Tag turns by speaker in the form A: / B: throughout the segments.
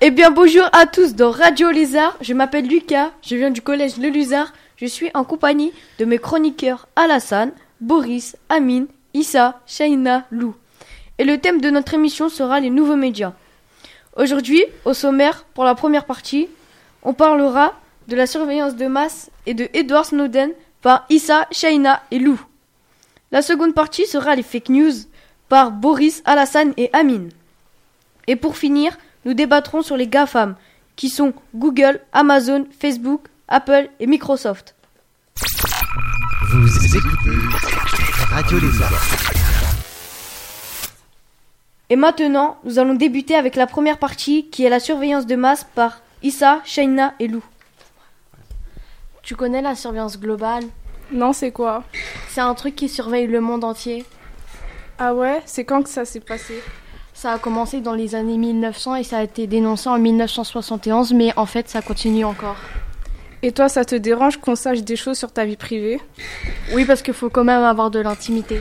A: Eh bien bonjour à tous dans Radio Lézard. Je m'appelle Lucas, je viens du collège Le Lézard. Je suis en compagnie de mes chroniqueurs Alassane, Boris, Amine, Issa, Shaina, Lou. Et le thème de notre émission sera les nouveaux médias. Aujourd'hui, au sommaire, pour la première partie, on parlera de la surveillance de masse et de Edward Snowden par Issa, Shaina et Lou. La seconde partie sera les fake news par Boris, Alassane et Amine. Et pour finir, nous débattrons sur les GAFAM, qui sont Google, Amazon, Facebook, Apple et Microsoft.
B: Vous écoutez Radio Lézard.
A: Et maintenant, nous allons débuter avec la première partie qui est la surveillance de masse par Issa, Shaina et Lou.
C: Tu connais la surveillance globale
D: Non, c'est quoi
C: C'est un truc qui surveille le monde entier.
D: Ah ouais C'est quand que ça s'est passé
C: Ça a commencé dans les années 1900 et ça a été dénoncé en 1971, mais en fait ça continue encore.
D: Et toi, ça te dérange qu'on sache des choses sur ta vie privée
C: Oui, parce qu'il faut quand même avoir de l'intimité.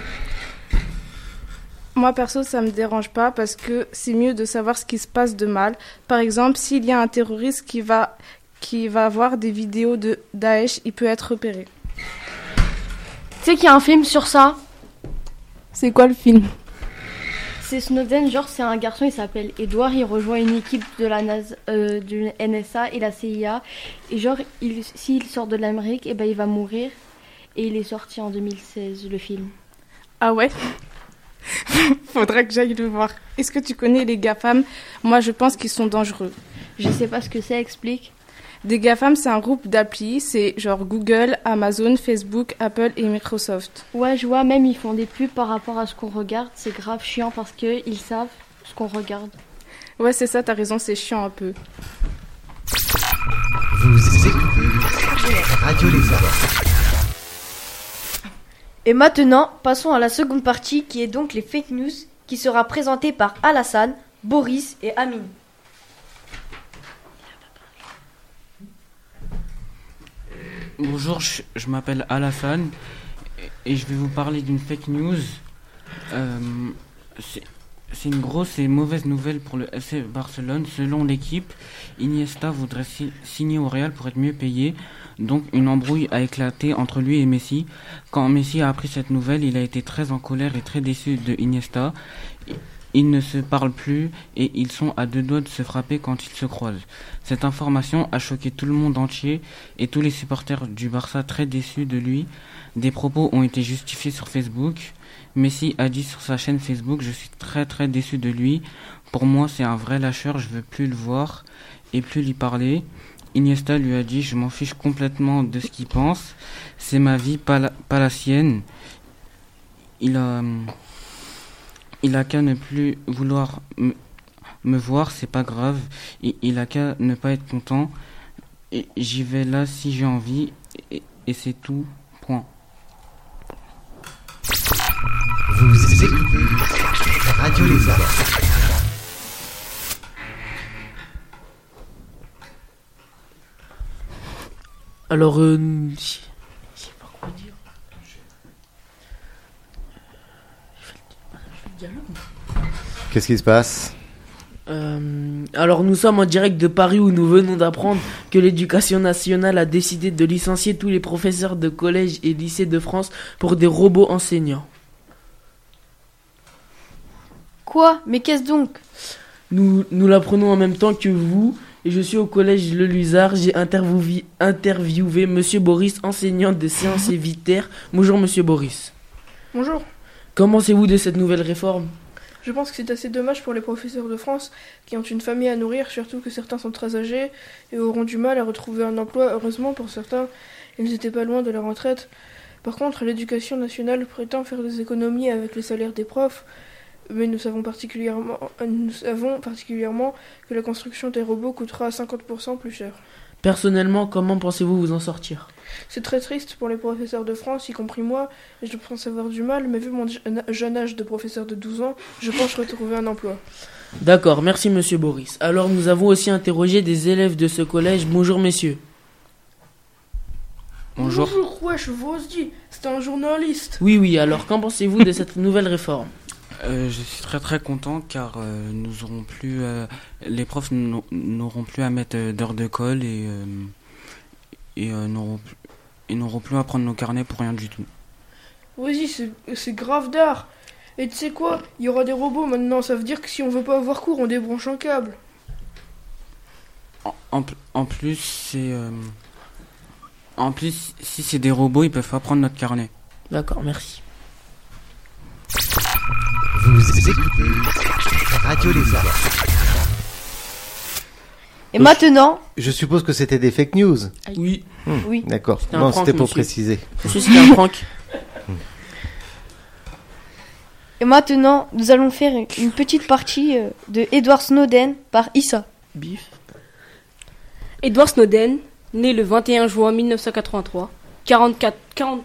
D: Moi, perso, ça me dérange pas parce que c'est mieux de savoir ce qui se passe de mal. Par exemple, s'il y a un terroriste qui va, qui va voir des vidéos de Daesh, il peut être repéré.
C: Tu sais qu'il y a un film sur ça
D: C'est quoi le film
C: C'est Snowden, genre c'est un garçon, il s'appelle Edward, il rejoint une équipe de la NASA, euh, du NSA et la CIA. Et genre, il- s'il sort de l'Amérique, et ben il va mourir. Et il est sorti en 2016, le film.
D: Ah ouais Faudra que j'aille le voir. Est-ce que tu connais les GAFAM Moi, je pense qu'ils sont dangereux.
C: Je sais pas ce que ça explique.
D: Des GAFAM, c'est un groupe d'applis, c'est genre Google, Amazon, Facebook, Apple et Microsoft.
C: Ouais, je vois, même ils font des pubs par rapport à ce qu'on regarde. C'est grave chiant parce qu'ils savent ce qu'on regarde.
D: Ouais, c'est ça, t'as raison, c'est chiant un peu.
B: Vous écoutez Radio Lézard.
A: Et maintenant, passons à la seconde partie qui est donc les fake news, qui sera présentée par Alassane, Boris et Amine.
E: Bonjour, je, je m'appelle Alassane et et je vais vous parler d'une fake news. Euh, c'est- c'est une grosse et mauvaise nouvelle pour le FC Barcelone. Selon l'équipe, Iniesta voudrait si- signer au Real pour être mieux payé. Donc une embrouille a éclaté entre lui et Messi. Quand Messi a appris cette nouvelle, il a été très en colère et très déçu de Iniesta. I- Ils ne se parlent plus et ils sont à deux doigts de se frapper quand ils se croisent. Cette information a choqué tout le monde entier et tous les supporters du Barça très déçus de lui. Des propos ont été justifiés sur Facebook. Messi a dit sur sa chaîne Facebook Je suis très très déçu de lui. Pour moi, c'est un vrai lâcheur, je veux plus le voir et plus lui parler. Iniesta lui a dit Je m'en fiche complètement de ce qu'il pense. C'est ma vie, pas la, pas la sienne. Il a. hum, Il a qu'à ne plus vouloir me, me voir, c'est pas grave. Il, il a qu'à ne pas être content. Et J'y vais là si j'ai envie et, et c'est tout. Point.
B: Vous écoutez Radio Lézard.
F: Alors, euh, je sais je sais pas quoi dire.
G: Qu'est-ce qui se passe
F: Euh, alors, nous sommes en direct de Paris où nous venons d'apprendre que l'éducation nationale a décidé de licencier tous les professeurs de collèges et lycées de France pour des robots enseignants.
A: Quoi Mais qu'est-ce donc
F: Nous, nous l'apprenons en même temps que vous. Et je suis au collège Le Luzard. J'ai interviewé, interviewé Monsieur Boris, enseignant de sciences et vie terre. Bonjour Monsieur Boris.
H: Bonjour,
F: Qu'en pensez-vous de cette nouvelle réforme
H: je pense que c'est assez dommage pour les professeurs de France qui ont une famille à nourrir, surtout que certains sont très âgés et auront du mal à retrouver un emploi. Heureusement pour certains, ils étaient pas loin de la retraite. Par contre, l'éducation nationale prétend faire des économies avec les salaires des profs, mais nous savons particulièrement, nous savons particulièrement que la construction des robots coûtera 50% plus cher.
F: Personnellement, comment pensez-vous vous en sortir
H: C'est très triste pour les professeurs de France, y compris moi, et je pense avoir du mal, mais vu mon jeune âge de professeur de 12 ans, je pense retrouver un emploi.
F: D'accord, merci monsieur Boris. Alors nous avons aussi interrogé des élèves de ce collège. Bonjour messieurs.
E: Bonjour.
H: Bonjour, wesh, Vosdi, c'est un journaliste.
F: Oui oui, alors qu'en pensez-vous de cette nouvelle réforme
E: Euh, je suis très très content car euh, nous aurons plus euh, les profs n'aur- n'auront plus à mettre euh, d'heures de colle et euh, et euh, n'auront plus- et n'auront plus à prendre nos carnets pour rien du tout.
H: Vas-y, c'est c'est grave d'art. Et tu sais quoi Il y aura des robots maintenant, ça veut dire que si on veut pas avoir cours, on débranche un câble.
E: En, en pl- en plus c'est euh, en plus si c'est des robots ils peuvent pas prendre notre carnet.
F: D'accord, merci.
B: Vous écoutez Radio Lézard.
A: Et maintenant,
G: Je suppose que c'était des fake news.
F: Oui,
A: oui.
G: Hmm. D'accord.
F: C'était un
G: Non,
F: prank,
G: c'était pour
F: monsieur.
G: préciser.
F: monsieur, c'était un prank.
A: Et maintenant, nous allons faire une- une petite partie euh, de Edward Snowden par Issa.
F: Bif.
I: Edward Snowden, né le 21 juin 1983, 44, 40,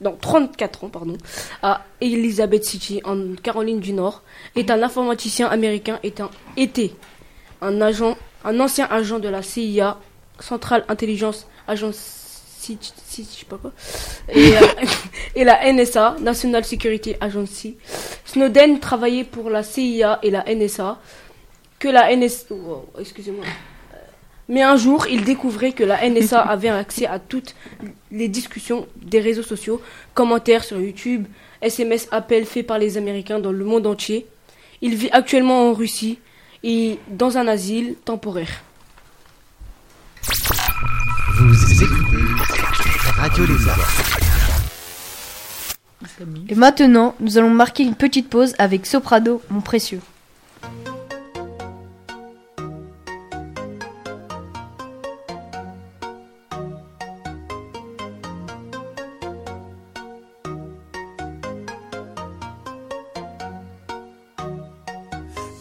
I: non, 34 ans pardon, à Elizabeth City en Caroline du Nord, est un informaticien américain et un, était un, agent, un ancien agent de la CIA, Centrale Intelligence Agence City, City, je sais pas quoi, et, euh, et la NSA, National Security Agency. Snowden travaillait pour la CIA et la NSA, que la NSA... wow, excusez-moi. Mais un jour, il découvrait que la NSA avait accès à toutes les discussions des réseaux sociaux, commentaires sur YouTube, SMS, appels faits par les Américains dans le monde entier. Il vit actuellement en Russie et dans un asile temporaire.
B: Vous écoutez Radio Lézard.
A: Et maintenant, nous allons marquer une petite pause avec Soprado, mon précieux.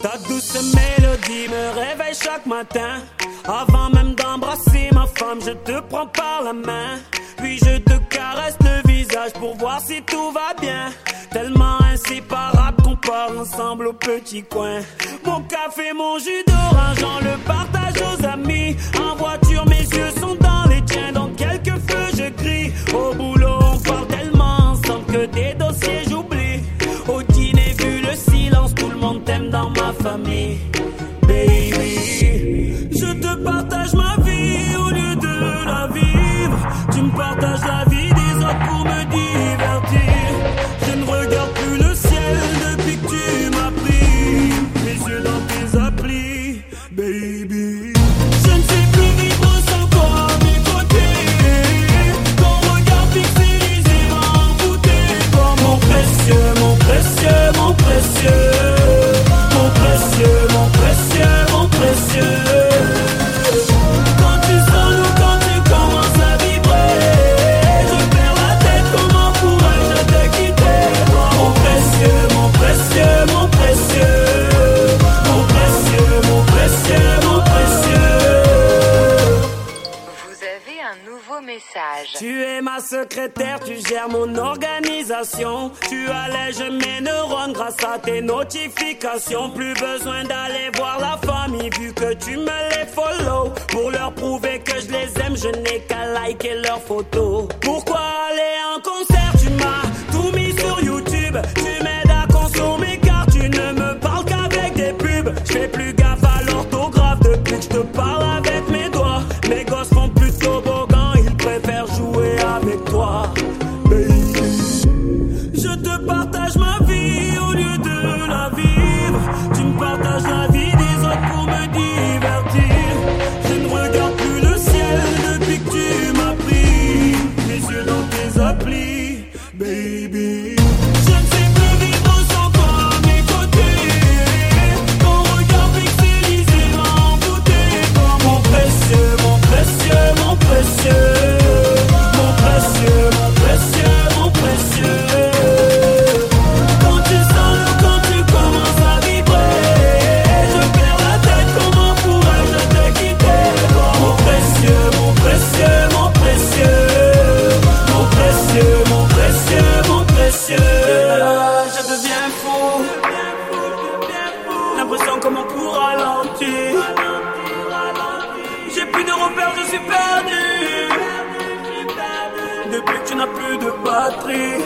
J: Ta douce mélodie me réveille chaque matin. Avant même d'embrasser ma femme, je te prends par la main. Puis je te caresse le visage pour voir si tout va bien. Tellement inséparable qu'on part ensemble au petit coin. Mon café, mon jus d'orange, on le partage aux amis. En voiture, mes yeux sont dans les tiens. Dans quelques feux, je crie. Au boulot, on part tellement ensemble que des dossiers, j'oublie. Au dîner, vu le silence, tout le monde t'aime dans ma famille. Baby, je te partage ma vie au lieu de la vivre. Tu me partages la vie des autres pour me divertir. Je ne regarde plus le ciel depuis que tu m'as pris. Mes yeux dans tes applis, baby. Je ne sais plus vivre sans toi à mes côtés. Ton regard pixelisé m'a envoûté. Oh, mon précieux, mon précieux, mon précieux. Mon précieux, mon précieux, mon précieux. Quand tu sors nous, quand tu commences à vibrer, je perds la tête, comment pourrais-je te quitter Mon précieux, mon précieux, mon précieux, mon précieux, mon précieux, mon précieux.
K: Vous avez un nouveau message.
J: Tu es ma secrétaire, tu gères mon organisation. Tu allèges mes neurones grâce à tes notifications. Plus besoin d'aller voir la famille vu que tu me les follow. Pour leur prouver que je les aime, je n'ai qu'à liker leurs photos. Pourquoi aller en concert Tu m'as tout mis sur YouTube. Tu m'aides à consommer car tu ne me parles qu'avec des pubs. Je fais plus gaffe à l'orthographe depuis que je te parle avec mes doigts. Mes gosses font plus de toboggan, ils préfèrent jouer avec toi. Baby, je te partage ma vie au lieu de la vivre. Tu me partages la vie des autres pour me divertir. Je ne regarde plus le ciel depuis que tu m'as pris. Mes yeux dans tes applis, baby. Je ne sais plus vivre sans toi à mes côtés. Ton regard pixelisé m'a envoûté. Mon précieux, mon précieux, mon précieux. Mon précieux, mon précieux, mon précieux. Quand tu sors, quand tu commences à vibrer, je perds la tête, comment pourrais-je te quitter Mon précieux, mon précieux, mon précieux, mon précieux, mon précieux, mon précieux. Je deviens fou, l'impression qu'on m'en pour ralentir. J'ai plus de repères, je suis perdu. Depuis que tu n'as plus de batterie.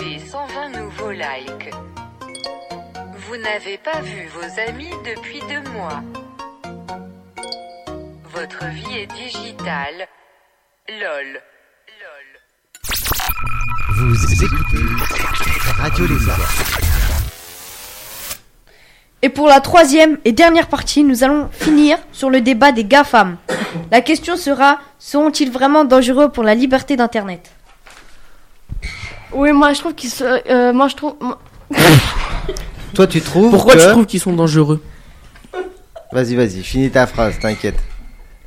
K: avez 120 nouveaux likes. Vous n'avez pas vu vos amis depuis deux mois. Votre vie est digitale. LOL.
B: Vous écoutez Radio Lézard.
A: Et pour la troisième et dernière partie, nous allons finir sur le débat des GAFAM. La question sera, seront-ils vraiment dangereux pour la liberté d'Internet
C: Oui, moi je trouve qu'ils se. euh, moi je trouve. moi-
G: Toi, tu trouves
F: Pourquoi
G: que...
F: tu trouves qu'ils sont dangereux
G: Vas-y, vas-y, finis ta phrase, t'inquiète.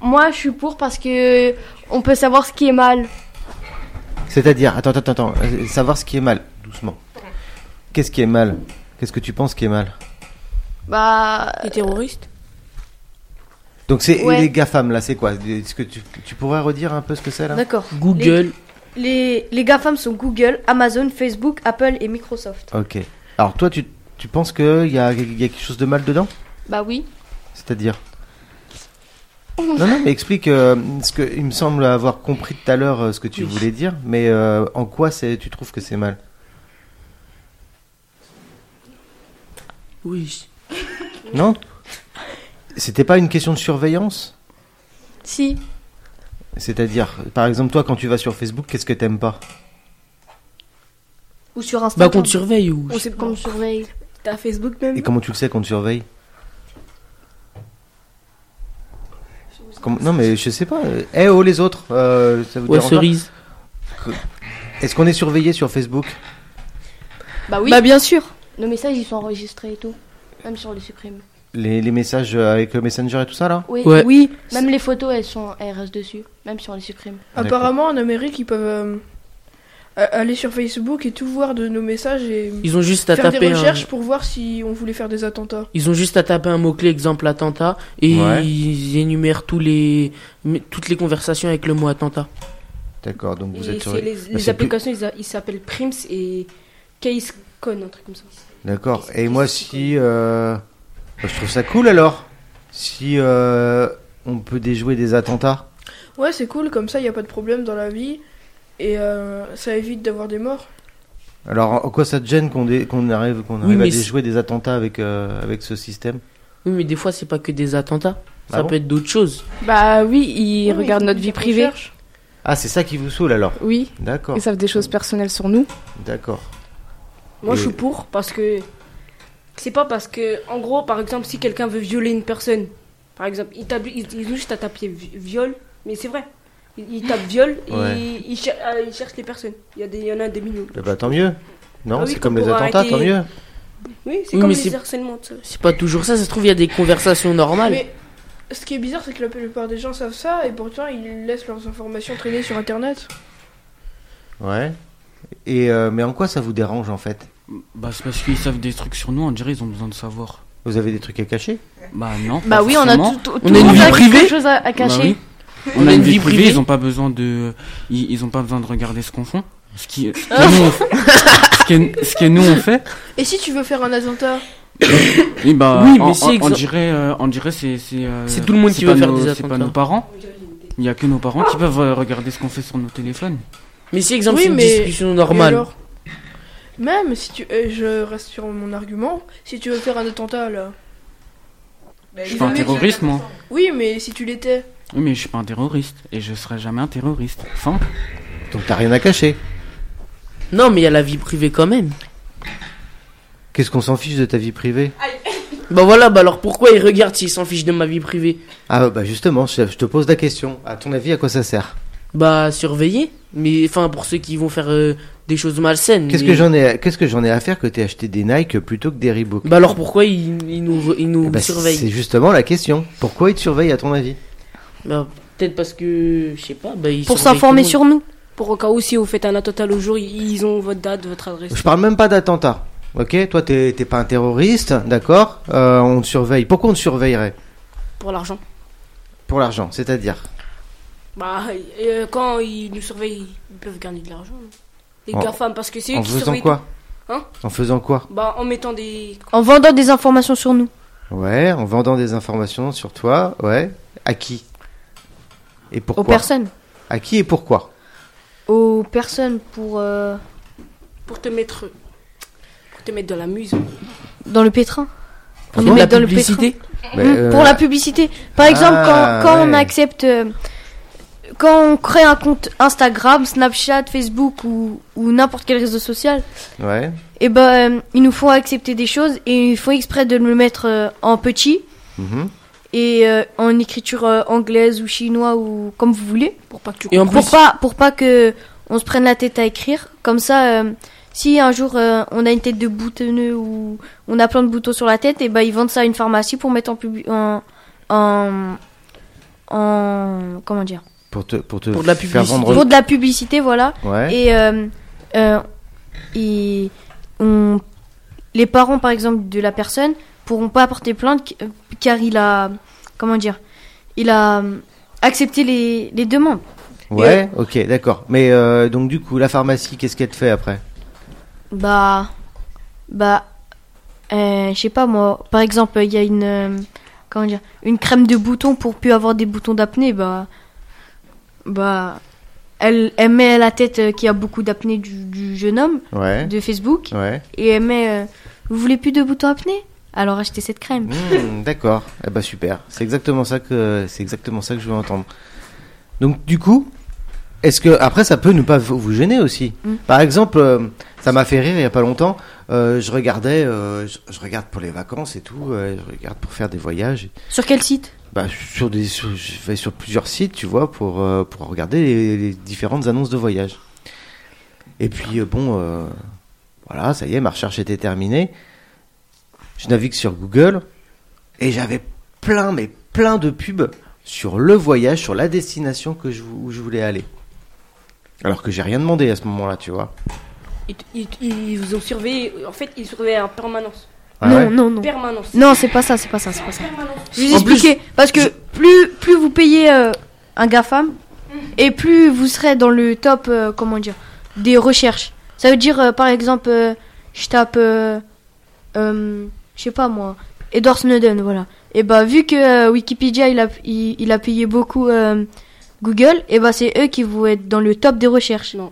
C: Moi je suis pour parce que on peut savoir ce qui est mal.
G: C'est-à-dire, attends, attends, attends, euh, savoir ce qui est mal, doucement. Qu'est-ce qui est mal Qu'est-ce que tu penses qui est mal
C: Bah.
I: Les terroristes
G: Donc c'est et
A: Ouais.
G: les GAFAM, là, c'est quoi Est-ce que tu, tu pourrais redire un peu ce que c'est, là
A: D'accord. Les, les, les GAFAM sont Google, Amazon, Facebook, Apple et Microsoft.
G: Ok. Alors toi, tu, tu penses qu'il y a, il y a quelque chose de mal dedans
C: Bah oui.
G: C'est-à-dire Non, non, mais explique euh, ce que il me semble avoir compris tout à l'heure euh, ce que tu
F: Oui.
G: voulais dire, mais euh, en quoi c'est tu trouves que c'est mal
F: Oui.
G: Non C'était pas une question de surveillance
C: Si.
G: C'est-à-dire, par exemple, toi, quand tu vas sur Facebook, qu'est-ce que t'aimes pas
A: Ou sur
F: Bah qu'on te surveille ou.
I: On sait
C: qu'on me surveille.
I: T'as Facebook
G: Et
I: même
G: comment tu le sais qu'on te surveille Comment- Non, mais je sais pas. Eh oh, les autres, euh, ça vous
F: Ouais,
G: dérange pas
F: cerise.
G: Que- Est-ce qu'on est surveillé sur Facebook
C: Bah oui.
A: Bah bien sûr.
C: Nos messages ils sont enregistrés et tout. Même si on les supprime.
G: les, les messages euh, avec le Messenger et tout ça, là
C: Oui.
F: Ouais.
A: Oui.
C: Même les photos elles sont elles restent Oh, dessus. Même si on les supprime.
H: Apparemment, en Amérique, ils peuvent euh, a- aller sur Facebook et tout voir de nos messages et
F: Ils ont juste à
H: faire
F: taper
H: des
F: un-
H: recherches pour voir si on voulait faire des attentats.
F: Ils ont juste à taper un mot-clé, exemple attentat, et
G: Ouais.
F: ils énumèrent tous les, mais- toutes les conversations avec le mot attentat.
G: D'accord, donc vous
I: Et
G: êtes
I: c'est
G: surveillé.
I: les,
G: Bah,
I: les
G: c'est plus-
I: applications, ils a- ils s'appellent Prims et Case Con, un truc comme ça.
G: D'accord. Et moi, si. euh, bah, je trouve ça cool alors. Si euh, on peut déjouer des attentats.
H: Ouais, c'est cool, comme ça, il n'y a pas de problème dans la vie et euh, ça évite d'avoir des morts.
G: Alors, en- en quoi ça te gêne qu'on dé- qu'on arrive, qu'on
F: Oui,
G: arrive à
F: mais c'est-
G: déjouer des attentats avec, euh, avec ce système
F: Oui, mais des fois, c'est pas que des attentats.
G: Ah
F: Ça
G: bon
F: peut être d'autres choses.
L: Bah oui, ils
H: Oui,
L: regardent
H: ils font
L: notre
H: des
L: vie privée.
H: recherches.
G: Ah, c'est ça qui vous saoule alors
L: Oui.
G: D'accord.
L: Ils savent des choses personnelles sur nous.
G: D'accord.
I: Moi,
G: Et-
I: je suis pour parce que c'est pas parce que, en gros, par exemple, si quelqu'un veut violer une personne, par exemple, il tape, ils, ils ont juste à taper vi- viol, mais c'est vrai. Ils il tapent viol et
G: Ouais.
I: ils cher- euh, ils cherchent les personnes. Il y, a des- il y en a des millions.
G: Eh Bah, tant mieux. Non,
I: Ah oui,
G: c'est comme
I: qu'on
G: les
I: pourra
G: attentats,
I: arrêter-
G: tant mieux.
I: Oui, c'est
F: Oui,
I: comme
F: mais
I: les
F: c'est-
I: harcèlements. tu sais.
F: C'est pas toujours ça, ça se trouve, il y a des conversations normales.
H: Mais ce qui est bizarre, c'est que la plupart des gens savent ça et pourtant ils laissent leurs informations traîner sur internet.
G: Ouais. Et, euh, mais en quoi ça vous dérange en fait
E: Bah, c'est parce qu'ils savent des trucs sur nous, on dirait ils ont besoin de savoir.
G: Vous avez des trucs à cacher
E: Bah, non.
C: Bah
E: pas
C: oui, on a
E: forcément.
C: tout, tout,
F: On
C: tout
F: a
C: le
F: une
C: monde
F: vie
C: a
F: privée.
C: quelque chose à, à
E: Bah
C: cacher.
E: oui. On a une vie privée, ils ont pas besoin de. Ils, ils ont pas besoin de regarder ce qu'on fait. Ce qui. Ce
F: Oh.
E: que nous on fait. Ce que, ce que nous on fait.
H: Et si tu veux faire un attentat
E: Et bah,
F: Oui, mais
E: on,
F: si,
E: on- on
F: exemple-
E: dirait, euh, on dirait c'est. C'est euh,
F: C'est tout le monde
E: c'est
F: qui veut
E: pas
F: faire
E: nos-
F: des
E: C'est pas
F: attentats.
E: nos parents. Il y a que nos parents qui peuvent euh, regarder ce qu'on fait sur nos téléphones.
F: Mais si, exemple,
H: Oui,
F: c'est une
H: mais-
F: discussion
H: Et
F: normale.
H: alors Même si tu. euh, je reste sur mon argument. Si tu veux faire un attentat là.
E: Je suis pas un terroriste, moi.
H: Oui, mais si tu l'étais.
E: Oui, mais je suis pas un terroriste. Et je serai jamais un terroriste. Enfin.
G: Donc t'as rien à cacher.
F: Non, mais il y a la vie privée quand même.
G: Qu'est-ce qu'on s'en fiche de ta vie privée
F: Bah voilà, bah alors pourquoi ils regardent s'ils s'en fichent de ma vie privée
G: Ah bah justement, je je te pose la question. À ton avis, à quoi ça sert
F: Bah surveiller. Mais enfin, pour ceux qui vont faire euh, des choses malsaines.
G: Qu'est-ce
F: mais-
G: que j'en ai, à- qu'est-ce que j'en ai à faire que t'aies acheté des Nike plutôt que des Reebok
F: Bah alors pourquoi ils, ils nous, re- ils nous
G: Eh ben, c'est-
F: surveillent
G: C'est justement la question. Pourquoi ils te surveillent à ton avis
F: Bah, peut-être parce que, je sais pas, bah, ils
A: Pour
F: surveillent
A: s'informer
F: tout le
A: sur nous.
I: Pour au cas où, si vous faites un attentat le jour, ils ils ont votre date, votre adresse.
G: Je parle même pas d'attentat. Ok, toi t'es t'es pas un terroriste, d'accord Euh, On te surveille. Pourquoi on te surveillerait
I: Pour l'argent.
G: Pour l'argent, c'est-à-dire
I: Bah, euh, quand ils nous surveillent, ils peuvent gagner de l'argent. hein. Les
G: En-
I: GAFAM, parce que c'est eux
G: en
I: qui
G: faisant
I: surveillent.
G: quoi
I: tout. Hein
G: En faisant quoi
I: Bah, en mettant des.
A: En vendant des informations sur nous.
G: Ouais, en vendant des informations sur toi, ouais. À qui Et pourquoi
A: Aux personnes.
G: À qui et pourquoi
A: Aux personnes pour... euh,
I: pour te mettre pour te mettre dans la muse.
A: Dans le pétrin.
F: Pour
A: Nous
F: la
A: mettre dans le
F: publicité
A: pétrin.
F: Mais,
A: Mmh,
F: euh,
A: Pour la publicité. Par exemple,
F: Ah,
A: quand, quand on
F: ouais.
A: accepte. euh, Quand on crée un compte Instagram, Snapchat, Facebook ou, ou n'importe quel réseau social,
G: Ouais.
A: et ben, euh, ils nous font accepter des choses et ils font exprès de le mettre euh, en petit
G: Mhm.
A: et euh, en écriture euh, anglaise ou chinois ou comme vous voulez pour pas que
F: Et en
A: pour
F: plus-
A: pas pour pas que on se prenne la tête à écrire comme ça euh, si un jour euh, on a une tête de boutonneux ou on a plein de boutons sur la tête et ben ils vendent ça à une pharmacie pour mettre en publi en, en en- comment dire
G: Pour te, pour te
F: Pour de la
G: faire
F: publicité.
G: vendre.
A: pour de la publicité voilà
G: Ouais.
A: et euh, euh, et on- les parents par exemple de la personne pourront pas porter plainte qui- euh, car il a comment dire il a euh, accepté les, les demandes
G: Ouais, ok, d'accord. Mais euh, donc du coup, la pharmacie, qu'est-ce qu'elle te fait après
A: bah bah euh, je sais pas moi par exemple il y a une euh, comment dire une crème de boutons pour plus avoir des boutons d'apnée bah bah elle, elle met à la tête euh, qu'il y a beaucoup d'apnée du, du jeune homme
G: Ouais.
A: de Facebook
G: Ouais.
A: et elle met euh, vous voulez plus de boutons apnée alors achetez cette crème
G: Hmm, d'accord. Eh bah super. C'est exactement ça que c'est exactement ça que je veux entendre. Donc du coup, est-ce que après ça peut ne pas vous vous gêner aussi
A: Mm.
G: Par exemple, euh, ça m'a fait rire il y a pas longtemps. euh, je regardais, euh, je, je regarde pour les vacances et tout. euh, je regarde pour faire des voyages.
A: Sur quel site
G: Bah, sur des, sur- je vais sur plusieurs sites, tu vois, pour, euh, pour regarder les, les différentes annonces de voyage. Et puis, euh, bon, euh, voilà, ça y est, ma recherche était terminée. Je navigue sur Google et j'avais plein, mais plein de pubs sur le voyage, sur la destination que je, vou- où je voulais aller. Alors que j'ai rien demandé à ce moment-là, tu vois.
I: Ils, ils- ils vous ont surveillé. En fait, ils surveillaient en permanence.
G: Ah ouais
A: Non, non, non.
I: Permanence.
A: Non, c'est pas ça, c'est pas ça, c'est pas ça. Je vais vous
I: En
A: expliquer. Parce que plus, plus vous payez euh, un GAFAM, et plus vous serez dans le top, euh, comment dire, des recherches. Ça veut dire, euh, par exemple, euh, je tape, euh, euh, je sais pas moi, Edward Snowden, voilà. Et bah, vu que euh, Wikipédia, il a, il, il a payé beaucoup euh, Google, et bah, c'est eux qui vont être dans le top des recherches.
I: Non,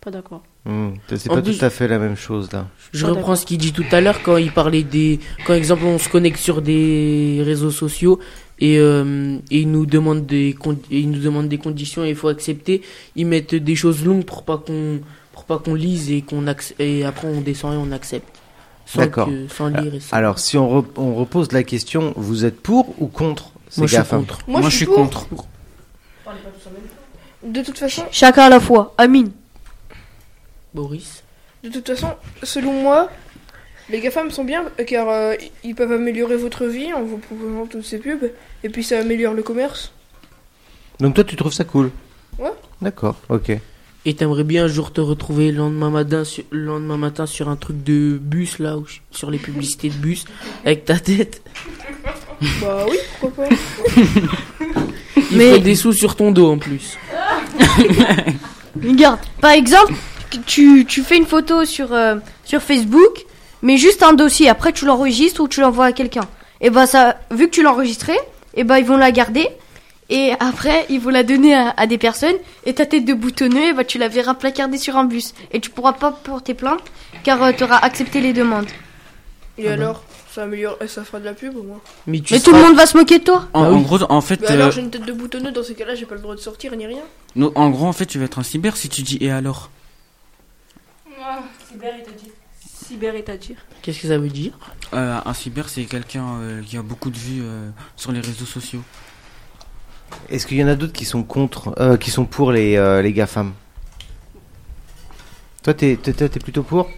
I: pas d'accord.
G: Hmm, c'est
F: En
G: pas
F: plus-
G: tout à fait la même chose, là.
F: Je reprends ce qu'il dit tout à l'heure quand il parlait des. Quand, exemple, on se connecte sur des réseaux sociaux et, euh, et ils, nous demandent des con- et ils nous demandent des conditions et il faut accepter. Ils mettent des choses longues pour pas qu'on pour pas qu'on lise et, qu'on acc- et après on descend et on accepte. Sans
G: D'accord. Euh,
F: que- Sans lire et sans.
G: Alors, si on, re- on repose la question, vous êtes pour ou contre ces
F: Moi, je suis
G: GAFAM
F: contre.
H: Moi, je suis contre. De toute façon,
A: Chacun à la fois. Amine.
F: Boris
H: De toute façon, selon moi, les GAFAM sont bien euh, car euh, ils peuvent améliorer votre vie en vous proposant toutes ces pubs et puis ça améliore le commerce.
G: Donc, toi, tu trouves ça cool
H: Ouais.
G: D'accord, ok.
F: Et t'aimerais bien un jour te retrouver le lendemain matin, sur, le lendemain matin sur un truc de bus là, ou sur les publicités de bus, avec ta tête.
H: Bah oui, pourquoi pas.
F: Il
A: Mais-
F: faut des sous sur ton dos en plus.
A: Regarde, par exemple, tu, tu fais une photo sur, euh, sur Facebook, mais juste un dossier. Après, tu l'enregistres ou tu l'envoies à quelqu'un. Et ben ça, vu que tu l'as enregistré, et ben ils vont la garder. Et après, ils vont la donner à, à des personnes. Et ta tête de boutonneux, et ben, tu la verras placardée sur un bus. Et tu pourras pas porter plainte, car tu auras accepté les demandes.
H: Et alors, ça améliore, eh, ça fera de la pub au moins.
F: Mais, Bah
A: Mais tout le monde va se moquer de toi. Bah
E: En, en gros, en fait,
H: Mais alors,
E: euh,
H: j'ai une tête de boutonneux dans ces cas-là, j'ai pas le droit de sortir ni rien.
E: no- en gros, en fait, tu vas être un cyber si tu dis et alors.
I: Cyber est à dire. Cyber est à dire.
F: Qu'est-ce que ça veut dire
E: Euh, un cyber, c'est quelqu'un euh, qui a beaucoup de vues euh, sur les réseaux sociaux.
G: Est-ce qu'il y en a d'autres qui sont contre, euh, qui sont pour les, euh, les GAFAM Toi, t'es, t'es, t'es- t'es plutôt pour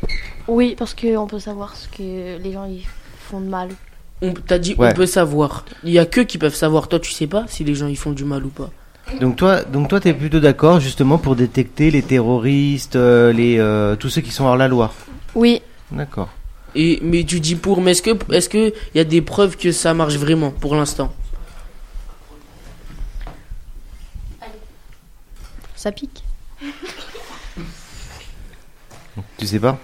C: Oui, parce qu'on peut savoir ce que les gens ils font de mal.
F: On t'a dit
G: Ouais.
F: on peut savoir. Il y a que qui peuvent savoir. Toi tu sais pas si les gens ils font du mal ou pas.
G: Donc toi, donc toi, t'es plutôt d'accord justement pour détecter les terroristes, euh, les euh, tous ceux qui sont hors la loi.
C: Oui.
G: D'accord.
F: Et mais tu dis pour, mais est-ce que est-ce que il y a des preuves que ça marche vraiment pour l'instant
A: Ça pique.
G: Tu sais pas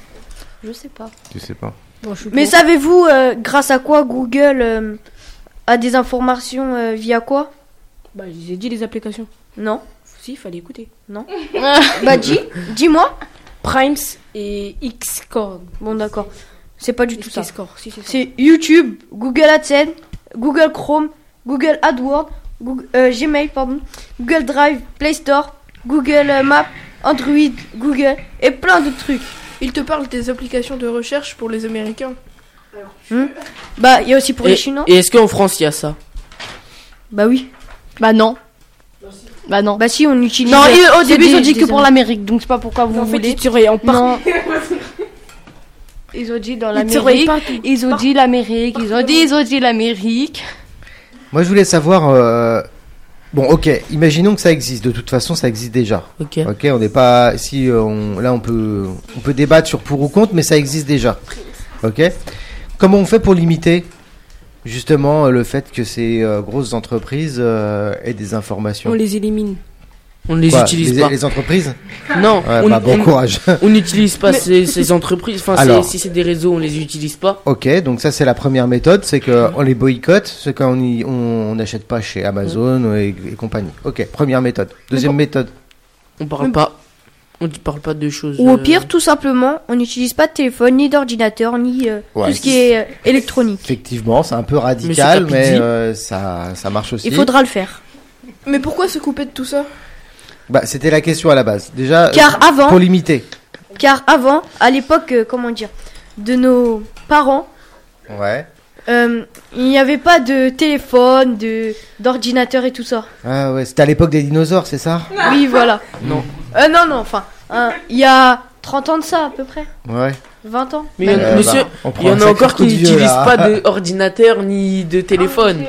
A: Je sais pas.
G: Tu sais pas.
A: Mais savez-vous euh, grâce à quoi Google euh, a des informations euh, via quoi
I: Bah, je vous ai dit les applications.
A: Non.
I: Si, fallait écouter.
A: Non. bah dis, dis-moi.
I: Primes et Xcore.
A: Bon, d'accord. C'est pas du tout ça.
I: Xcore, si, c'est ça.
A: C'est YouTube, Google AdSense, Google Chrome, Google AdWords, Goog- euh, Gmail, pardon, Google Drive, Play Store, Google euh, Maps, Android, Google et plein de trucs.
H: Il te parle des applications de recherche pour les Américains.
A: Hmm bah, il y a aussi pour
F: et,
A: les Chinois.
F: et est-ce qu'en France il y a ça
A: Bah oui.
C: Bah non. Bah non.
A: Bah si, on utilise.
C: non,
A: euh,
C: et au
A: c'est
C: début,
A: des-
C: ils ont dit
A: des
C: que pour
A: Américains.
C: l'Amérique, donc c'est pas pourquoi vous
I: En fait,
C: voulez.
I: ils tiraient en
C: Non.
I: partant.
C: Ils ont dit dans
I: Ils tiraient
C: l'Amérique.
I: partout.
C: Ils ont dit l'Amérique. Ils ont dit, ils ont dit l'Amérique.
G: Moi, je voulais savoir. euh, Bon, ok. Imaginons que ça existe. De toute façon, ça existe déjà.
F: Ok.
G: Ok. On n'est pas. Si euh, on... là, on peut, on peut débattre sur pour ou contre, mais ça existe déjà. Ok. Comment on fait pour limiter justement euh, le fait que ces euh, grosses entreprises euh, aient des informations
I: On les élimine.
F: On ne les
G: Quoi,
F: utilise
G: les,
F: pas.
G: les entreprises.
A: Ah.
F: Non,
G: Ouais,
F: on
G: bah, bon
F: on-
G: courage.
F: on n'utilise pas ces, ces entreprises. Enfin, c'est-
G: Alors.
F: si c'est des réseaux, on les utilise pas.
G: Ok, donc ça c'est la première méthode, c'est que on les boycotte, c'est qu'on y- on on n'achète pas chez Amazon et, et compagnie. Ok, première méthode. Deuxième méthode.
F: On parle pas. On ne parle pas de choses.
A: Ou au
F: euh,
A: pire, tout simplement, on n'utilise pas de téléphone, ni d'ordinateur, ni euh,
G: Ouais.
A: tout ce qui est euh, électronique.
G: Effectivement, c'est un peu radical,
F: Mais c'est pas
G: mais,
F: Pidgey.
G: euh, ça, ça marche aussi.
A: Il faudra le faire.
H: Mais pourquoi se couper de tout ça
G: Bah, c'était la question à la base. Déjà,
A: Car
G: euh,
A: avant-
G: pour limiter.
A: Car avant, à l'époque, euh, comment dire, de nos parents,
G: Ouais.
A: euh, il n'y avait pas de téléphone, de d'ordinateur et tout ça.
G: Ah ouais, c'était à l'époque des dinosaures, c'est ça
A: Oui, voilà.
F: Non.
A: Euh, non, non, enfin, hein, il y a 30 ans de ça à peu près.
G: Ouais.
A: 20 ans.
F: Mais il y en a-
G: Euh, bah,
F: monsieur,
G: on
F: il y
G: prend un
F: en a
G: sacré
F: encore
G: coup
F: qui
G: de vieux,
F: n'utilisent
G: là.
F: pas d'ordinateur ni
A: Ah,
F: de téléphone.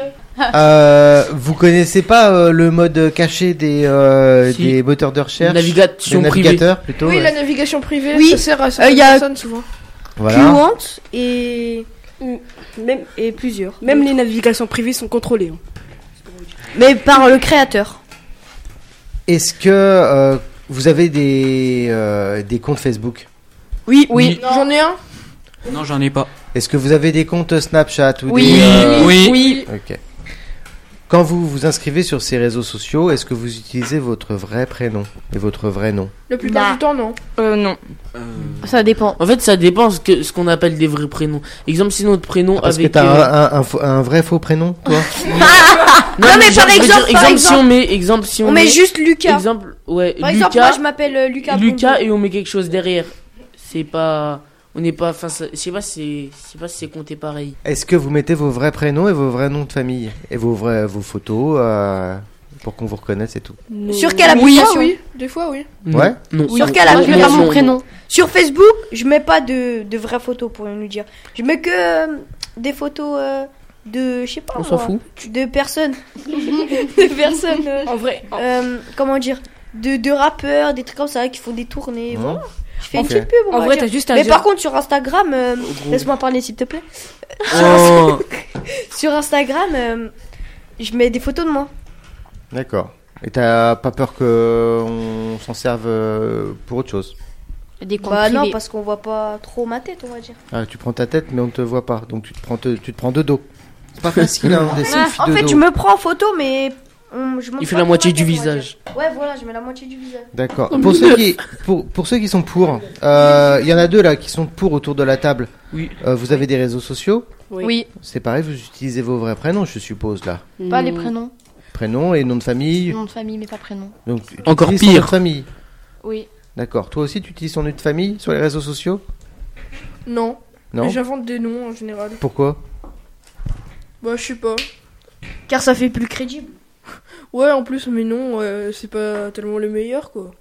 G: Euh, vous connaissez pas euh, le mode caché des euh,
F: Si.
G: des moteurs de recherche,
F: Navigation
G: des
F: privée.
G: navigateurs plutôt.
H: Oui,
G: ouais.
H: la navigation privée,
A: Oui,
H: ça sert à
A: euh,
H: certaines
A: y a-
H: personnes souvent.
G: Voilà.
A: Qwant et
I: Même, et plusieurs. Même les navigations privées sont contrôlées. hein.
A: mais par le créateur.
G: Est-ce que euh, vous avez des, euh, des comptes Facebook
A: Oui, oui.
H: J'en ai un.
E: Non, j'en ai pas.
G: Est-ce que vous avez des comptes Snapchat ou
A: Oui.
G: des, euh,
E: Oui.
G: Ok. Quand vous vous inscrivez sur ces réseaux sociaux, est-ce que vous utilisez votre vrai prénom et votre vrai nom
H: La plupart
C: Bah.
H: du temps, non.
L: Euh, non.
C: Ça dépend.
F: En fait, ça dépend ce que- ce qu'on appelle des vrais prénoms. Exemple, si notre prénom
G: Ah, Parce
F: avec.
G: que t'as
F: euh,
G: un, un- un faux- un vrai faux prénom, toi
A: Non, mais
F: genre,
A: par
F: je veux
A: exemple, par
F: si on met, exemple, si on,
A: On met juste Lucas.
F: exemple, ouais,
A: Par exemple,
F: Lucas,
A: moi je m'appelle euh, Lucas.
F: Lucas
A: Bondo.
F: et on met quelque chose derrière. C'est pas, on n'est pas, enfin, ça- je sais pas, c'est, je sais pas si c'est compté pareil.
G: Est-ce que vous mettez vos vrais prénoms et vos vrais noms de famille Et vos, vrais, vos photos euh, pour qu'on vous reconnaisse et tout
A: Sur quelle
H: Des fois,
A: application
H: oui. Des fois, oui.
G: Ouais.
F: Non.
A: Sur quelle
C: Moi, je mets pas
A: application
C: mon prénom.
A: Sur Facebook, je mets pas de, de vraies photos pour nous dire. Je mets que euh, des photos euh, de, je sais pas.
F: On s'en
A: moi,
F: fout.
A: De personnes. de personnes. euh,
I: En vrai, en-
A: euh, comment dire de, de rappeurs, des trucs comme ça qui font des tournées.
G: Hein
A: voilà. Je fais
G: Ok.
A: une petite pub. on
I: en
A: va
I: vrai
A: dire.
I: t'as juste à
A: Mais
I: dire-
A: par contre, sur Instagram, euh,
F: gros.
A: laisse-moi parler s'il te plaît.
F: Oh.
A: Sur Instagram, euh, je mets des photos de moi.
G: D'accord. Et t'as pas peur qu'on s'en serve euh, pour autre chose
C: Des comptes
A: Bah non,
C: privés.
A: parce qu'on voit pas trop ma tête, on va dire.
G: Ah, tu prends ta tête, mais on ne te voit pas. Donc tu te prends, te- tu te prends de dos. C'est pas facile, hein, des selfies
A: Ah, en
G: de
A: fait,
G: dos.
A: je me prends en photo, mais on- je montre
F: Il fait
A: pas
F: la
A: trop
F: moitié
A: ma
F: du
A: tête, on va
F: visage.
A: dire. Ouais, voilà, je mets la moitié du visage.
G: D'accord. Pour ceux, qui, pour, pour ceux qui sont pour, euh, il y en a deux là qui sont pour autour de la table.
F: Oui.
G: Euh, vous avez des réseaux sociaux
C: Oui.
G: C'est pareil, vous utilisez vos vrais prénoms, je suppose, là.
C: Pas
M: Hmm.
C: les prénoms.
G: Prénom et nom de famille.
C: Nom de famille, mais pas prénom.
G: Donc, tu
F: Encore
G: utilises ton
F: pire.
G: nom de famille.
C: Oui.
G: D'accord. Toi aussi, tu utilises ton nom de famille sur les réseaux sociaux
H: Non.
G: Non.
H: Mais j'invente des noms en général.
G: Pourquoi
H: Bah, je sais pas.
A: Car ça fait plus crédible.
H: Ouais, en plus, mes noms, euh, c'est pas tellement les meilleurs, quoi.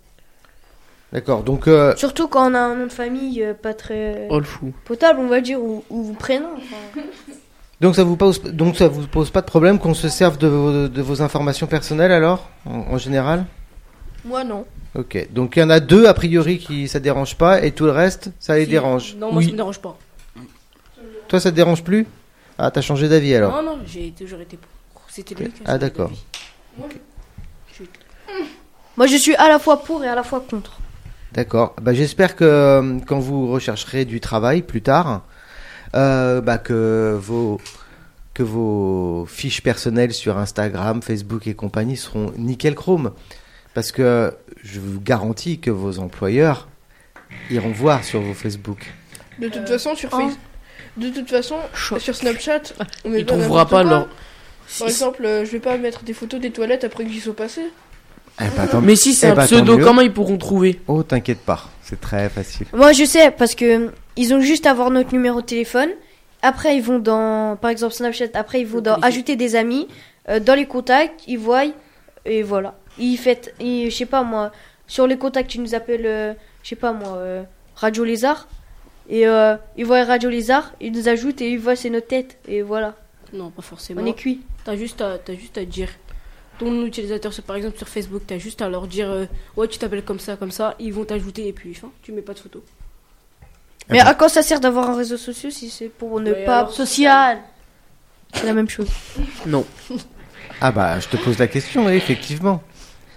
G: D'accord. Donc, euh,
A: Surtout quand on a un nom de famille euh, pas très
F: Oh le fou.
A: potable, on va dire, ou, ou prénom. enfin.
G: donc ça vous pose, donc ça vous pose pas de problème qu'on se serve de vos, de vos informations personnelles alors, en- en général
H: Moi, non.
G: Ok, donc il y en a deux a priori qui ça dérange pas et tout le reste ça les
I: Si.
G: dérange.
I: Non, moi
F: Oui.
I: ça me dérange pas.
G: Toi ça te dérange plus Ah t'as changé d'avis alors.
I: Non, non, j'ai toujours été pour. C'était lui qui a
G: Ah,
I: changé
G: d'accord.
I: d'avis.
A: Moi, je suis à la fois pour et à la fois contre.
G: D'accord. Bah, j'espère que euh, quand vous rechercherez du travail plus tard, euh, bah, que vos que vos fiches personnelles sur Instagram, Facebook et compagnie seront nickel chrome, parce que je vous garantis que vos employeurs iront voir sur vos Facebook
H: De toute façon, sur Face- De toute façon, sur Snapchat, on met
F: Ils trouvera
H: n'importe
F: pas
H: quoi.
F: leur-
H: Par exemple, euh, je vais pas mettre des photos des toilettes après qu'ils soient passées.
F: Mais si c'est
G: Eh
F: un
G: ben, tant
F: pseudo,
G: mieux.
F: comment ils pourront trouver
G: Oh, t'inquiète pas, c'est très facile.
A: Moi, je sais, parce que euh, ils ont juste à avoir notre numéro de téléphone. Après, ils vont dans, par exemple, Snapchat. Après, ils vont dans ajouter des amis. Euh, dans les contacts, ils voient. Et voilà. Ils fait, je sais pas moi, sur les contacts, tu nous appelles, euh, je sais pas moi, euh, Radio Lézard. Et euh, ils voient Radio Lézard, ils nous ajoutent et ils voient c'est notre tête. Et voilà.
I: Non, pas forcément.
A: On est cuit.
I: T'as juste à, t'as juste à dire. Ton utilisateur, c'est par exemple sur Facebook, t'as juste à leur dire euh, Ouais, tu t'appelles comme ça, comme ça. Ils vont t'ajouter et puis, enfin, tu mets pas de photo.
A: Mais à quoi ça sert d'avoir un réseau social si c'est pour ne
I: Ouais,
A: pas
I: alors,
A: social C'est la même chose.
G: Non. Ah bah, je te pose la question, oui, effectivement.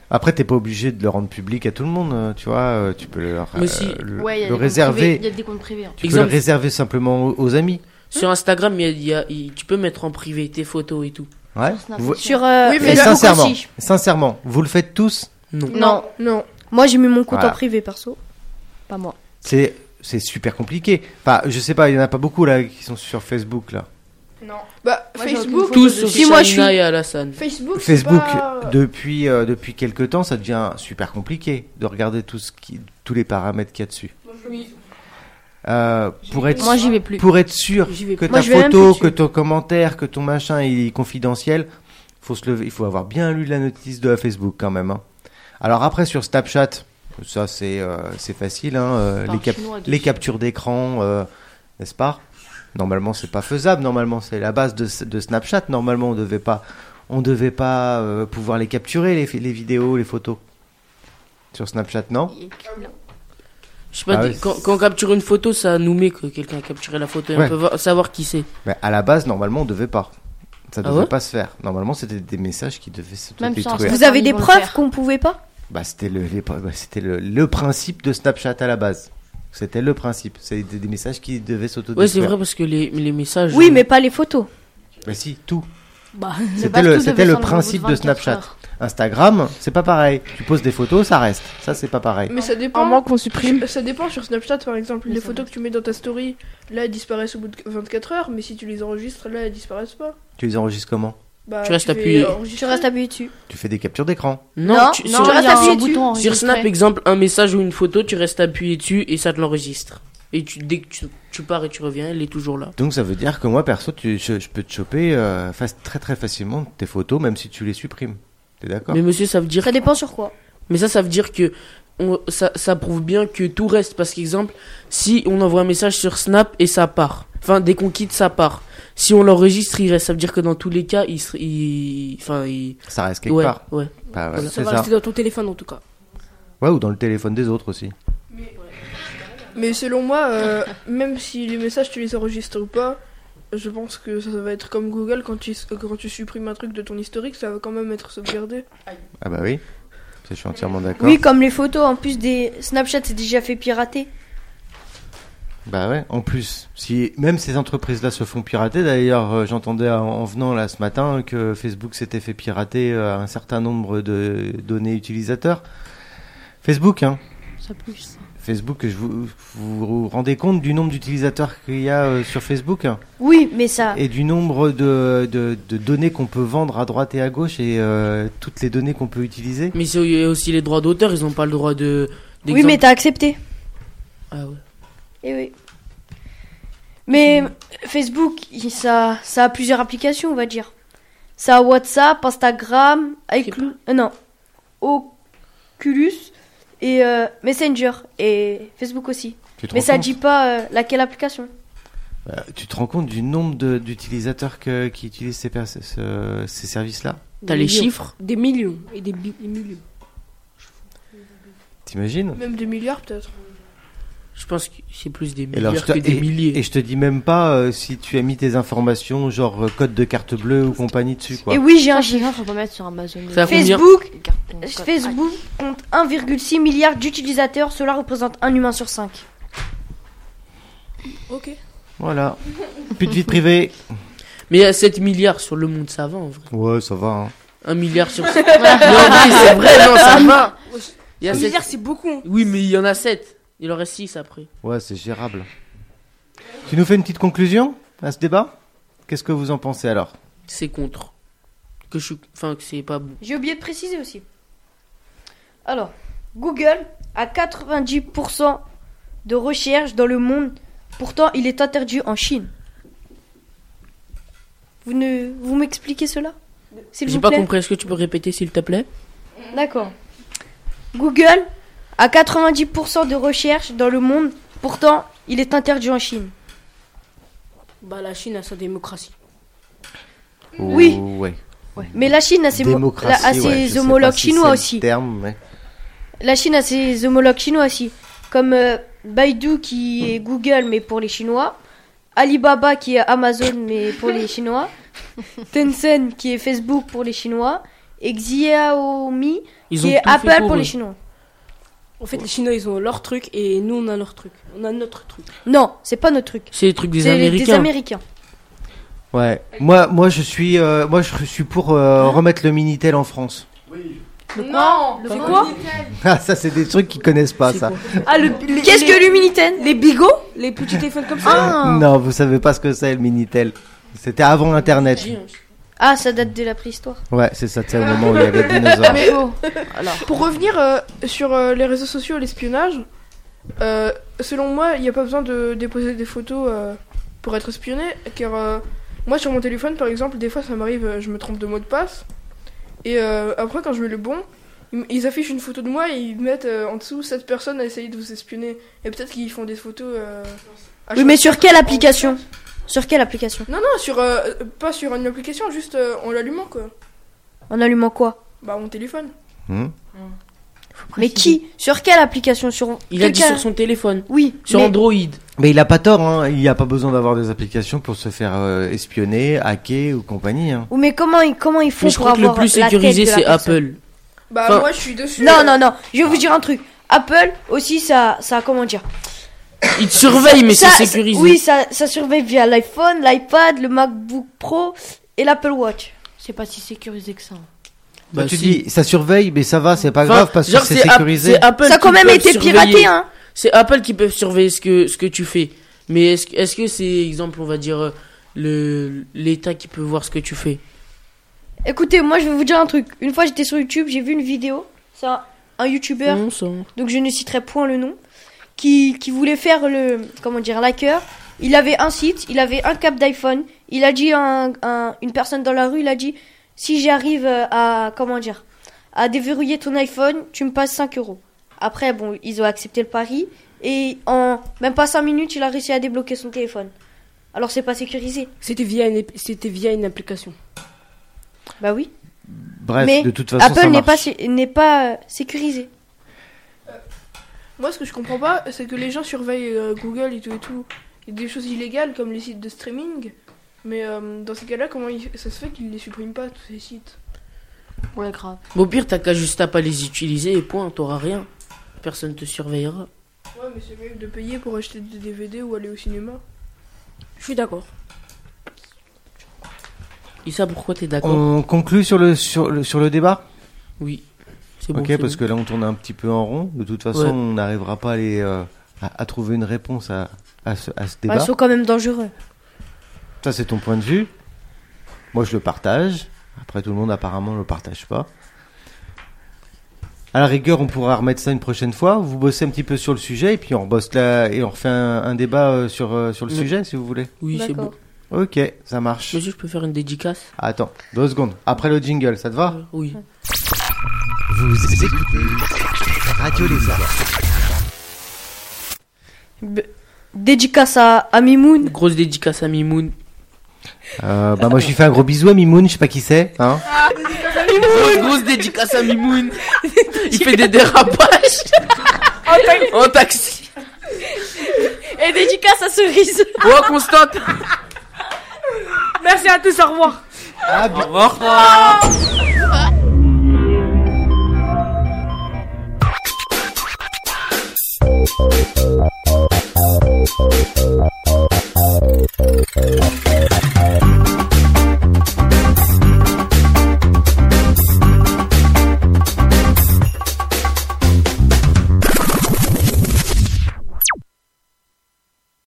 G: Après, t'es pas obligé de le rendre public à tout le monde, euh, tu vois. euh, Tu peux leur, euh,
F: Mais si.
G: le,
C: Ouais, il y a
G: le
C: des comptes privés-
G: réserver.
C: il y a des comptes privés, hein.
G: Tu peux
F: Exemple.
G: le réserver simplement aux, aux amis.
F: Sur Instagram, il y a- il y a- il- tu peux mettre en privé tes photos et tout.
G: Ouais. Vous-
A: Sur, euh,
G: Et
A: Oui, Facebook
G: sincèrement,
A: aussi.
G: sincèrement, vous le faites tous
A: Non, non. Moi, j'ai mis mon compte
G: Voilà.
A: en privé perso. Pas moi.
G: C'est c'est super compliqué. Enfin, je sais pas, il y en a pas beaucoup là qui sont sur Facebook là.
H: Non. Bah,
I: Moi, j'ai
H: Facebook.
I: aucune photo
F: de
H: si moi je suis.
F: Shahina et Alassane.
H: Facebook. c'est
G: Facebook
H: pas-
G: depuis euh, depuis quelque temps, ça devient super compliqué de regarder tout ce qui tous les paramètres qu'il y a dessus. Euh, pour être
M: Moi, j'y vais plus.
G: pour être sûr
M: J'y vais
G: que
M: plus. Moi,
G: ta
M: je vais même
G: photo,
M: plus
G: que ton commentaire, que ton machin il est confidentiel, faut se lever, il faut avoir bien lu la notice de Facebook quand même. hein. Alors après sur Snapchat, ça c'est euh, c'est facile, hein, euh,
M: Par
G: les, cap-
M: chinois dessus.
G: les captures d'écran, euh, n'est-ce pas Normalement c'est pas faisable, normalement c'est la base de, de Snapchat. Normalement on devait pas on devait pas euh, pouvoir les capturer les, fi- les vidéos, les photos sur Snapchat, non
F: Je sais pas,
G: Ah
F: des-
G: ouais,
F: quand, quand on capture une photo, ça nous met que quelqu'un a capturé la photo et
G: Ouais.
F: on peut voir- savoir qui c'est.
G: Mais à la base, normalement, on devait pas. Ça
F: Ah
G: devait
F: ouais
G: pas se faire. Normalement, c'était des messages qui devaient se
A: Même sans
G: détruire.
A: Vous avez des preuves qu'on pouvait pas
G: Bah, c'était le, les- bah, c'était le, le principe de Snapchat à la base. C'était le principe. C'était des, des messages qui devaient s'autodétruire.
F: Ouais, c'est vrai parce que les, les messages. euh,
A: Oui, mais pas les photos.
G: Bah si, tout.
I: Bah,
G: C'était le, c'était le principe de Snapchat. Instagram, c'est pas pareil. Tu poses des photos, ça reste. Ça, c'est pas pareil.
H: Mais ça dépend.
D: À moins qu'on supprime.
H: Ça dépend sur Snapchat par exemple. les photos que tu mets dans ta story, là elles disparaissent au bout de 24 heures, mais si tu les enregistres, là elles disparaissent pas.
G: Tu les enregistres comment
H: Bah,
F: Tu restes
H: fais
F: appuyé.
H: enregistrer.
A: Tu restes appuyé dessus.
G: Tu fais des captures d'écran.
F: Non,
A: Non,
F: tu, sur,
A: non, il y a un
F: sur-
A: bouton enregistré.
F: sur Snap, exemple, un message ou une photo, tu restes appuyé dessus et ça te l'enregistre. Et tu, dès que tu, tu pars et tu reviens, elle est toujours là.
G: Donc ça veut dire que moi, perso, tu, je, je peux te choper euh, fa- très très facilement tes photos, même si tu les supprimes. T'es d'accord
F: Mais monsieur, ça veut dire.
A: Ça dépend sur quoi.
F: Mais ça, ça veut dire que on- ça, ça prouve bien que tout reste. Parce qu'exemple, si on envoie un message sur Snap et ça part. Enfin, dès qu'on quitte, ça part. Si on l'enregistre, il reste. Ça veut dire que dans tous les cas, il. se- il- Enfin, il.
G: Ça reste quelque
F: Ouais,
G: part.
F: ouais.
G: Bah, ouais,
F: Voilà.
G: c'est
I: Ça va
G: ça.
I: rester dans ton téléphone en tout cas.
G: Ouais, ou dans le téléphone des autres aussi.
H: Mais selon moi, euh, même si les messages tu les enregistres ou pas, je pense que ça, va être comme Google quand tu, quand tu supprimes un truc de ton historique, ça va quand même être sauvegardé.
G: Ah bah oui, Ça, je suis entièrement d'accord.
A: Oui, comme les photos. En plus, des Snapchat, c'est déjà fait pirater.
G: Bah ouais, en plus, si même ces entreprises-là se font pirater, d'ailleurs euh, j'entendais en, en venant là ce matin que Facebook s'était fait pirater euh, un certain nombre de données utilisateurs. Facebook, hein.
M: Ça pue, ça.
G: Facebook, je vous, vous vous rendez compte du nombre d'utilisateurs qu'il y a euh, sur Facebook
A: Oui, mais ça.
G: et du nombre de, de, de données qu'on peut vendre à droite et à gauche et euh, toutes les données qu'on peut utiliser
F: Mais c'est- il y a aussi les droits d'auteur, ils n'ont pas le droit de.
A: Oui, mais t'as accepté.
F: Ah ouais.
A: Eh oui. Mais
G: Mmh.
A: Facebook, il- ça, ça a plusieurs applications, on va dire. Ça a WhatsApp, Instagram, iCloud, euh, non, Oculus et euh, Messenger et Facebook aussi.
G: Tu te
A: Mais
G: rends
A: ça
G: compte
A: dit pas euh, laquelle application.
G: Euh, tu te rends compte du nombre de- d'utilisateurs que- qui utilisent ces, pers- ce- ces services-là
I: Des millions. Des millions et des, bi- des millions.
G: T'imagines
H: Même des milliards peut-être.
F: Je pense que c'est plus des
G: Et
F: milliards
G: alors, je te-
F: que des
G: et-
F: milliers.
G: Et je te dis même pas euh, si tu as mis tes informations, genre euh, code de carte bleue ou compagnie dessus, quoi.
A: Et oui, j'ai un
M: chiffre. faut pas mettre sur Amazon.
G: Ça a combien
A: Facebook, Facebook compte 1,6 milliard d'utilisateurs. Cela représente un humain sur 5.
H: Ok.
G: Voilà. Plus de vie privée.
F: Mais il y a 7 milliards sur le monde, ça va en vrai.
G: Ouais, ça va. hein.
F: 1 milliard sur. non, mais c'est vrai, non, ça va.
I: Un
F: sept-
I: milliard, c'est beaucoup. hein.
F: Oui, mais il y en a 7. Il en reste 6 après.
G: Ouais, c'est gérable. Tu nous fais une petite conclusion à ce débat Qu'est-ce que vous en pensez alors
F: C'est contre. Que je suis. Enfin, que c'est pas bon.
A: J'ai oublié de préciser aussi. Alors, Google a 90% de recherche dans le monde. Pourtant, il est interdit en Chine. Vous ne, vous m'expliquez cela S'il
F: J'ai
A: vous
F: pas
A: plaît.
F: compris. Est-ce que tu peux répéter, s'il te plaît
A: D'accord. Google a 90% de recherche dans le monde. Pourtant, il est interdit en Chine.
I: Bah, la Chine a sa démocratie.
A: Oui.
G: Ouais.
A: Mais la Chine a ses, mo-
G: Démocratie,
A: la- a ses
G: ouais, je sais
A: homologues
G: pas si c'est
A: chinois
G: le
A: aussi.
G: terme, mais-
A: La Chine a ses homologues chinois aussi. Comme euh, Baidu qui est Google mais pour les Chinois. Alibaba qui est Amazon mais pour les Chinois. Tencent qui est Facebook pour les Chinois. Et Xiaomi
I: Ils
A: qui
I: ont
A: est
I: tout fait
A: Apple pour,
I: pour eux.
A: les Chinois.
I: En fait, les Chinois, ils ont leur truc et nous, on a leur truc. On a notre truc.
A: Non, c'est pas notre truc.
F: C'est les trucs des
A: C'est
F: Américains.
A: Des Américains.
G: Ouais. Moi, moi, je suis, euh, moi, je suis pour euh, remettre le minitel en France.
A: Non, le quoi
G: Ah, ça, c'est des trucs qu'ils connaissent pas, ça.
A: Ah, le, Qu'est-ce que l'Uminitel
I: Les bigots Les petits téléphones comme ça
A: Ah.
G: Non, vous savez pas ce que c'est le minitel. C'était avant Internet.
A: Ah, ça date de la préhistoire.
G: Ouais, c'est ça, c'est au moment où il y avait
A: Ah,
G: des dinosaures.
H: Mais bon, pour revenir euh, sur euh, les réseaux sociaux et l'espionnage, euh, selon moi, il n'y a pas besoin de déposer des photos euh, pour être espionné, car euh, moi sur mon téléphone, par exemple, des fois ça m'arrive, euh, je me trompe de mot de passe, et euh, après quand je mets le bon, ils m- ils affichent une photo de moi et ils mettent euh, en dessous cette personne a essayé de vous espionner, et peut-être qu'ils font des photos. euh, à
A: Oui,
H: chaque-
A: mais sur quelle application Sur quelle application
H: Non, non, sur euh, pas sur une application, juste euh, en l'allumant quoi.
A: En allumant quoi
H: Bah mon téléphone.
A: Mais qui Sur quelle application sur
F: Il a dit
A: Quelqu'un-
F: sur son téléphone.
A: Oui.
F: Sur
A: mais-
F: Android.
G: Mais il a pas tort, hein. il n'y a pas besoin d'avoir des applications pour se faire euh, espionner, hacker ou compagnie. hein.
A: Ou mais comment ils comment ils font
F: Mais je
A: pour
F: crois que le
A: avoir
F: plus
A: la tête
F: sécurisé,
A: de la
F: c'est
A: personne
F: Apple.
H: Bah
F: Enfin-
H: moi je suis dessus.
A: Non non non, je vais vous dire un truc. Apple aussi ça ça comment dire
F: Il te surveille, mais
A: Ça-
F: c'est
A: ça-
F: sécurisé.
A: Oui, ça ça surveille via l'iPhone, l'iPad, le MacBook Pro et l'Apple Watch. C'est pas si sécurisé que ça. hein.
G: Bah,
F: Bah,
G: tu
F: si.
G: dis, ça surveille, mais ça va, c'est pas
F: Enfin,
G: grave parce que
F: genre,
G: c'est
F: App-
G: sécurisé.
F: c'est Apple
A: Ça a quand
F: qui
A: même
F: peuvent
A: été
F: surveiller.
A: piraté, hein.
F: C'est Apple qui peuvent surveiller ce que, ce que tu fais. Mais est-ce que- est-ce que c'est, exemple, on va dire, euh, le l'État qui peut voir ce que tu fais
A: Écoutez, moi je vais vous dire un truc. Une fois j'étais sur YouTube, j'ai vu une vidéo. C'est un, un youtubeur,
F: Non, ça.
A: donc je ne citerai point le nom, qui, qui voulait faire le. Comment dire L'hacker. Il avait un site, il avait un cap d'iPhone. Il a dit à un- un- une personne dans la rue, il a dit Si j'arrive euh, à. Comment dire À déverrouiller ton iPhone, tu me passes 5 euros. Après, bon, ils ont accepté le pari. Et en même pas 5 minutes, il a réussi à débloquer son téléphone. Alors c'est pas sécurisé.
I: C'était via, une... c'était via une application.
A: Bah oui.
G: Bref,
A: Mais
G: de toute façon, ça
A: Apple n'est pas,
G: marche.
A: sé- n'est pas euh, sécurisé.
H: Moi, ce que je comprends pas, c'est que les gens surveillent euh, Google et tout et tout. Il y a des choses illégales comme les sites de streaming. Mais euh, dans ces cas-là, comment il- ça se fait qu'ils les suppriment pas, tous ces sites
M: Ouais, grave.
F: Mais Au pire, t'as qu'à juste à pas les utiliser et point, t'auras rien. Personne te surveillera.
H: Ouais, mais c'est mieux de payer pour acheter des DVD ou aller au cinéma.
I: Je suis d'accord.
F: Issa, pourquoi t'es d'accord
G: On conclut sur le, sur le, sur le débat
F: Oui. C'est bon.
G: Ok,
F: c'est
G: parce
F: bon.
G: que là on tourne un petit peu en rond. De toute façon,
F: Ouais.
G: on n'arrivera pas à, les, euh, à, à trouver une réponse à, à ce, à ce
A: Bah,
G: débat.
A: ils sont quand même dangereux.
G: Ça, c'est ton point de vue. Moi, je le partage. Après, tout le monde apparemment ne le partage pas. À la rigueur, on pourra remettre ça une prochaine fois. Vous bossez un petit peu sur le sujet et puis on bosse là et on refait un, un débat euh, sur, euh, sur le
F: Oui.
G: sujet si vous voulez.
F: Oui, c'est bon.
G: Ok, ça marche. Ah,
F: Monsieur, je peux faire une dédicace Euh,
G: Attends, deux secondes. Après le jingle, ça te va
F: Oui.
B: Vous écoutez Radio Lézard.
A: B- Dédicace à, à Mimoun.
F: Grosse dédicace à Mimoun.
G: Euh, bah, moi, je lui fais un gros bisou à Mimoun, je sais pas qui c'est. Hein
A: Ah,
F: Grosse dédicace à Mimoun. Il fait des dérapages. en taxi.
A: Et dédicace à Cerise.
F: Oh, Constante.
A: Merci à tous, au revoir.
G: Au
F: revoir.
B: Thank you.